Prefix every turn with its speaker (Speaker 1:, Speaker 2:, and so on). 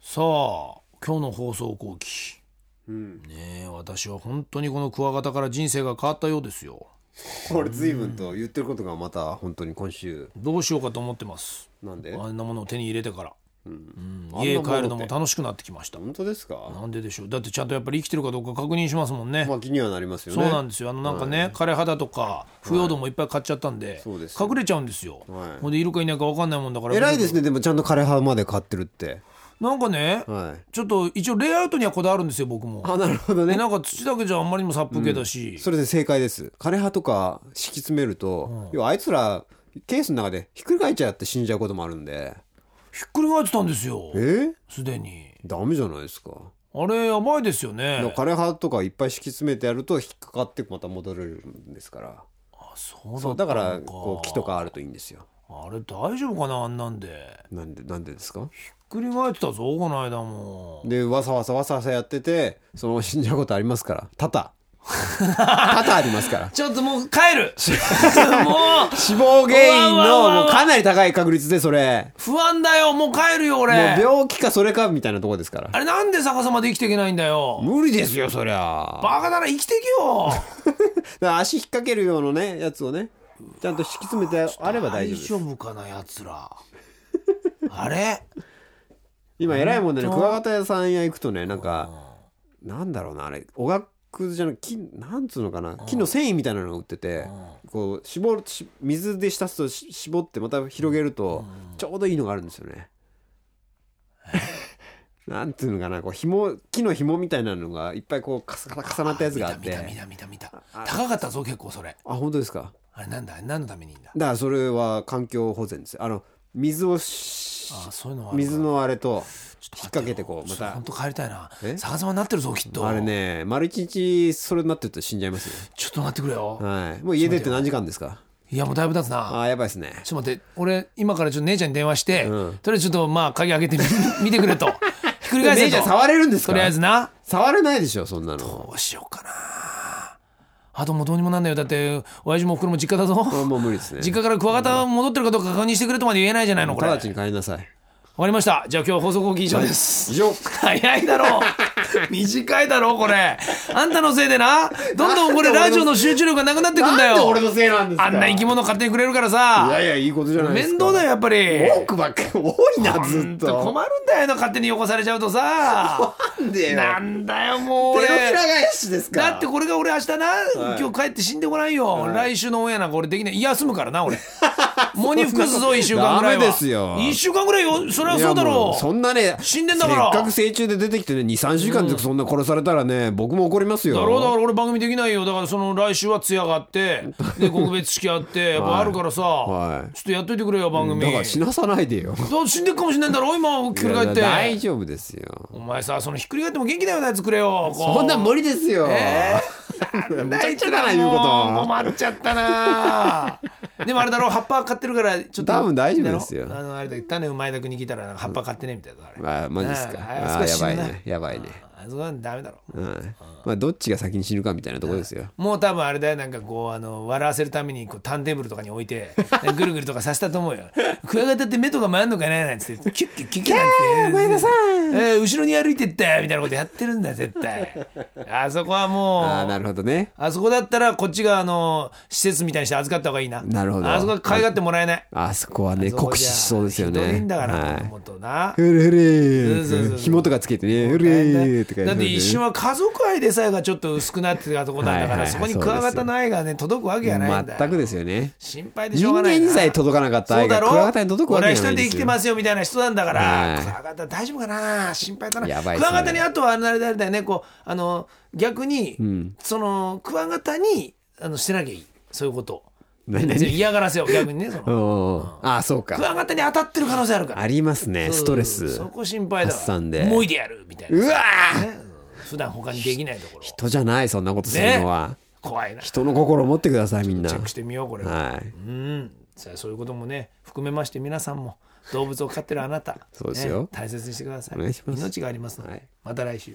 Speaker 1: さあ今日の放送後期
Speaker 2: うん、
Speaker 1: ねえ私は本当にこのクワガタから人生が変わったようですよ
Speaker 2: これ随分と言ってることがまた本当に今週
Speaker 1: どうしようかと思ってます
Speaker 2: なんで
Speaker 1: あんなものを手に入れてから、うん
Speaker 2: あんなもの
Speaker 1: 家帰るの
Speaker 2: っ
Speaker 1: も
Speaker 2: て
Speaker 1: 楽しくなってきました
Speaker 2: 本当ですか
Speaker 1: なんででしょうだってちゃんとやっぱり生きてるかどうか確認しますもんね、
Speaker 2: まあ気にはなりますよ
Speaker 1: そ
Speaker 2: ね
Speaker 1: うなんですよあのなんかね、枯れ肌とか腐葉土もいっぱい買っちゃったんで,、
Speaker 2: そうですよ
Speaker 1: 隠れちゃうんですよ、
Speaker 2: はい
Speaker 1: ほんでいるかいないか分かんないもんだから
Speaker 2: 偉いですねでもちゃんと枯葉まで買ってるって
Speaker 1: なんかね、
Speaker 2: はい
Speaker 1: ちょっと一応レイアウトにはこだわるんですよ僕も
Speaker 2: あなるほど
Speaker 1: で
Speaker 2: ね
Speaker 1: なんか土だけじゃあんまりにも殺風景だし、
Speaker 2: それで正解です枯葉とか敷き詰めると、要はあいつらケースの中でひっくり返っちゃって死んじゃうこともあるんで
Speaker 1: ひっくり返ってたんですよ
Speaker 2: え
Speaker 1: すでに
Speaker 2: ダメじゃないですか
Speaker 1: あれやばいですよね
Speaker 2: だから枯葉とかいっぱい敷き詰めてやると引っかかってまた戻れるんですから
Speaker 1: あそうだ
Speaker 2: そう
Speaker 1: った
Speaker 2: だ
Speaker 1: の
Speaker 2: からこう木とかあるといいんですよ
Speaker 1: あれ大丈夫かなあんなんで
Speaker 2: なんでなんでですか
Speaker 1: ひっくり返ってたぞこの間も
Speaker 2: でわさわさわさわさやっててその死んじゃうことありますから多 々多々ありますから
Speaker 1: ちょっともう帰るもう
Speaker 2: 死亡原
Speaker 1: うわうわう
Speaker 2: 因
Speaker 1: わうわ
Speaker 2: のもうかなり高い確率でそれ
Speaker 1: 不安だよもう帰るよ
Speaker 2: もう
Speaker 1: 俺
Speaker 2: 病気かそれかみたいなとこですから
Speaker 1: あれなんで逆さまで生きていけないんだよ
Speaker 2: 無理ですよそりゃ
Speaker 1: バカだな生きていけよ
Speaker 2: だから足引っ掛けるようなねやつをねちゃんと敷き詰めてあれば大丈夫です
Speaker 1: 大丈夫かなやつらあれ
Speaker 2: 今偉いもんでねクワガタ屋さん屋行くとねなんかなんだろうなあれおがくずじゃなく木なんつうのかな木の繊維みたいなのが売っててこう絞るし水で浸すとし絞ってまた広げるとちょうどいいのがあるんですよ ね。なんていうのかなこう紐木の紐みたいなのがいっぱいこう重な重なったやつがあっ
Speaker 1: 見た見た
Speaker 2: て
Speaker 1: 見た見た見た高かったぞ結構それ
Speaker 2: あ本当ですか
Speaker 1: あれなんだあれ何のためにいいんだ
Speaker 2: だからそれは環境保全ですよあの水をし
Speaker 1: あそういうのはある
Speaker 2: 水のあれと
Speaker 1: ちょっと
Speaker 2: 引っ掛けてこうまた
Speaker 1: 本当帰りたいな
Speaker 2: え
Speaker 1: 逆さまになってるぞきっと
Speaker 2: あれね丸一日それになってると死んじゃいますよ
Speaker 1: ちょっと待ってくれよ、
Speaker 2: はいもう家出て何時間ですか
Speaker 1: いやもうだいぶ経つな
Speaker 2: ああやばいですね
Speaker 1: ちょっと待って俺今からちょっと姉ちゃんに電話して、とりあえずちょっとまあ鍵開けてみ 見てく れとひっくり返せ
Speaker 2: 姉
Speaker 1: と
Speaker 2: ちゃん触れるんですか
Speaker 1: とりあえずな
Speaker 2: 触れないでしょそんなの
Speaker 1: どうしようかなあともうどうにもなんないよだって親父もおふくろも実家だぞ
Speaker 2: これもう無理ですね
Speaker 1: 実家からクワガタ戻ってるかどうか確認してくれとまで言えないじゃないのこれわ
Speaker 2: 直ち
Speaker 1: か
Speaker 2: に帰りなさい
Speaker 1: りましたじゃあ今日放送後期以上です
Speaker 2: 以上
Speaker 1: 早いだ ろう短いだろうこれあんたのせいでなどんどんこれラジオの集中力がなくなってくんだよ
Speaker 2: せいなんで
Speaker 1: あんな生き物勝手にくれるからさ
Speaker 2: いやいやいいことじゃないですか
Speaker 1: 面倒だよやっぱり
Speaker 2: 文句ばっかり多いなずっと
Speaker 1: 困るんだよな勝手に汚されちゃうとさ
Speaker 2: なんでよ
Speaker 1: なんだよもう
Speaker 2: 手の
Speaker 1: 俺
Speaker 2: ひら返しですか
Speaker 1: だってこれが俺明日な、今日帰って死んでこないよ、来週のオンエアなんか俺できない休むからな 俺喪に服すぞ1週間ぐらいは
Speaker 2: ダメですよ
Speaker 1: 1週間ぐらいよそれはいそ
Speaker 2: や
Speaker 1: うだ
Speaker 2: も
Speaker 1: ろ
Speaker 2: う
Speaker 1: う
Speaker 2: そんなね
Speaker 1: 死んでんだから
Speaker 2: せっかく成虫で出てきてね23週間でそんな殺されたらね僕も怒りますよ
Speaker 1: だろうだから俺番組できないよだからその来週は艶があ ってで告別式あってやっぱあるからさ、
Speaker 2: はい
Speaker 1: ちょっとやっといてくれよ番組
Speaker 2: だから死なさないでよ
Speaker 1: だって死んでっかもしれないんだろ今ひっくり返っ
Speaker 2: いや大
Speaker 1: て
Speaker 2: 丈夫ですよ
Speaker 1: お前さそのひっくり返っても元気だよなやつくれよこう
Speaker 2: そんなん無理ですよ。
Speaker 1: え ー、
Speaker 2: むちゃくちゃだな言うこと
Speaker 1: も困っちゃった なでもあれだろ葉っぱ買ってるからちょっと
Speaker 2: 多分大丈夫ですよ
Speaker 1: あのあれだけ種を前田君に聞いたらなんか葉っぱ買ってねみたいなあれ
Speaker 2: あマジですか。
Speaker 1: ああ
Speaker 2: あ
Speaker 1: あそこは
Speaker 2: あやば
Speaker 1: 死
Speaker 2: い
Speaker 1: ぬな
Speaker 2: ね。やばいね。
Speaker 1: あそこはダメだろ
Speaker 2: うん。まあどっちが先に死ぬかみたいなとこですよ。
Speaker 1: もう多分あれだよなんかこうあの笑わせるためにこうターンテーブルとかに置いて ぐるぐるとかさせたと思うよクワガタって目とか回んのかななんつってキュッキュッキュッキュッなんて前田さん、えー後ろに歩いてったみたいなことやってるんだよ絶対あそこはもう
Speaker 2: ああなるほどね。
Speaker 1: あそこだったらこっちがあの施設みたいにして預かった方がいいな。
Speaker 2: なるほど
Speaker 1: あそこは可愛がってもらえない。
Speaker 2: あそこはね酷使しそうですよね。
Speaker 1: 人いんだから、
Speaker 2: はい。
Speaker 1: もとな。
Speaker 2: ふれふ
Speaker 1: そうそうそう
Speaker 2: れ。紐とかつけてね。ふれとか。
Speaker 1: だって一瞬
Speaker 2: は。
Speaker 1: は家族愛でさえがちょっと薄くなってたとこなんだから、
Speaker 2: はいはい
Speaker 1: そこにクワガタの愛がね届くわけがないんだよ。
Speaker 2: 全くですよね。
Speaker 1: 心配でしょ
Speaker 2: 人
Speaker 1: うがな
Speaker 2: 間
Speaker 1: いな。
Speaker 2: にさえ届かなかっ
Speaker 1: そ
Speaker 2: た
Speaker 1: う
Speaker 2: 愛
Speaker 1: だ
Speaker 2: がク
Speaker 1: ろ
Speaker 2: ワガタに届くわけ
Speaker 1: 俺は
Speaker 2: が
Speaker 1: 一
Speaker 2: な
Speaker 1: 人
Speaker 2: い。
Speaker 1: で生きてますすよみたいな人なんだから、
Speaker 2: はい
Speaker 1: クワガタ大丈夫かな心配だな
Speaker 2: やばいっす
Speaker 1: ク
Speaker 2: ね
Speaker 1: ワガタにあとはあれだよねこうあの逆に、そのクワガタにあのしてなきゃいいそういうこと
Speaker 2: 何々
Speaker 1: 嫌がらせを逆にねその
Speaker 2: うんうん。ああそう
Speaker 1: ク
Speaker 2: か。
Speaker 1: ワガタに当たってる可能性あるから
Speaker 2: ありますねストレス
Speaker 1: そ。こ心配だわ
Speaker 2: 発散で
Speaker 1: もいでやるみたいうな
Speaker 2: わー
Speaker 1: ねうん普段他にできないところ
Speaker 2: 人じゃないそんなことするのは。
Speaker 1: 怖いなチ
Speaker 2: 人の心を持ってくださいみんな。
Speaker 1: ェックしてみようこれ
Speaker 2: はい。
Speaker 1: うん、さあそういうこともね含めまして皆さんも動物を飼ってるあなた
Speaker 2: そうですよ
Speaker 1: ね大切にしてください
Speaker 2: お願いします
Speaker 1: 命がありますので、
Speaker 2: はい
Speaker 1: また来週。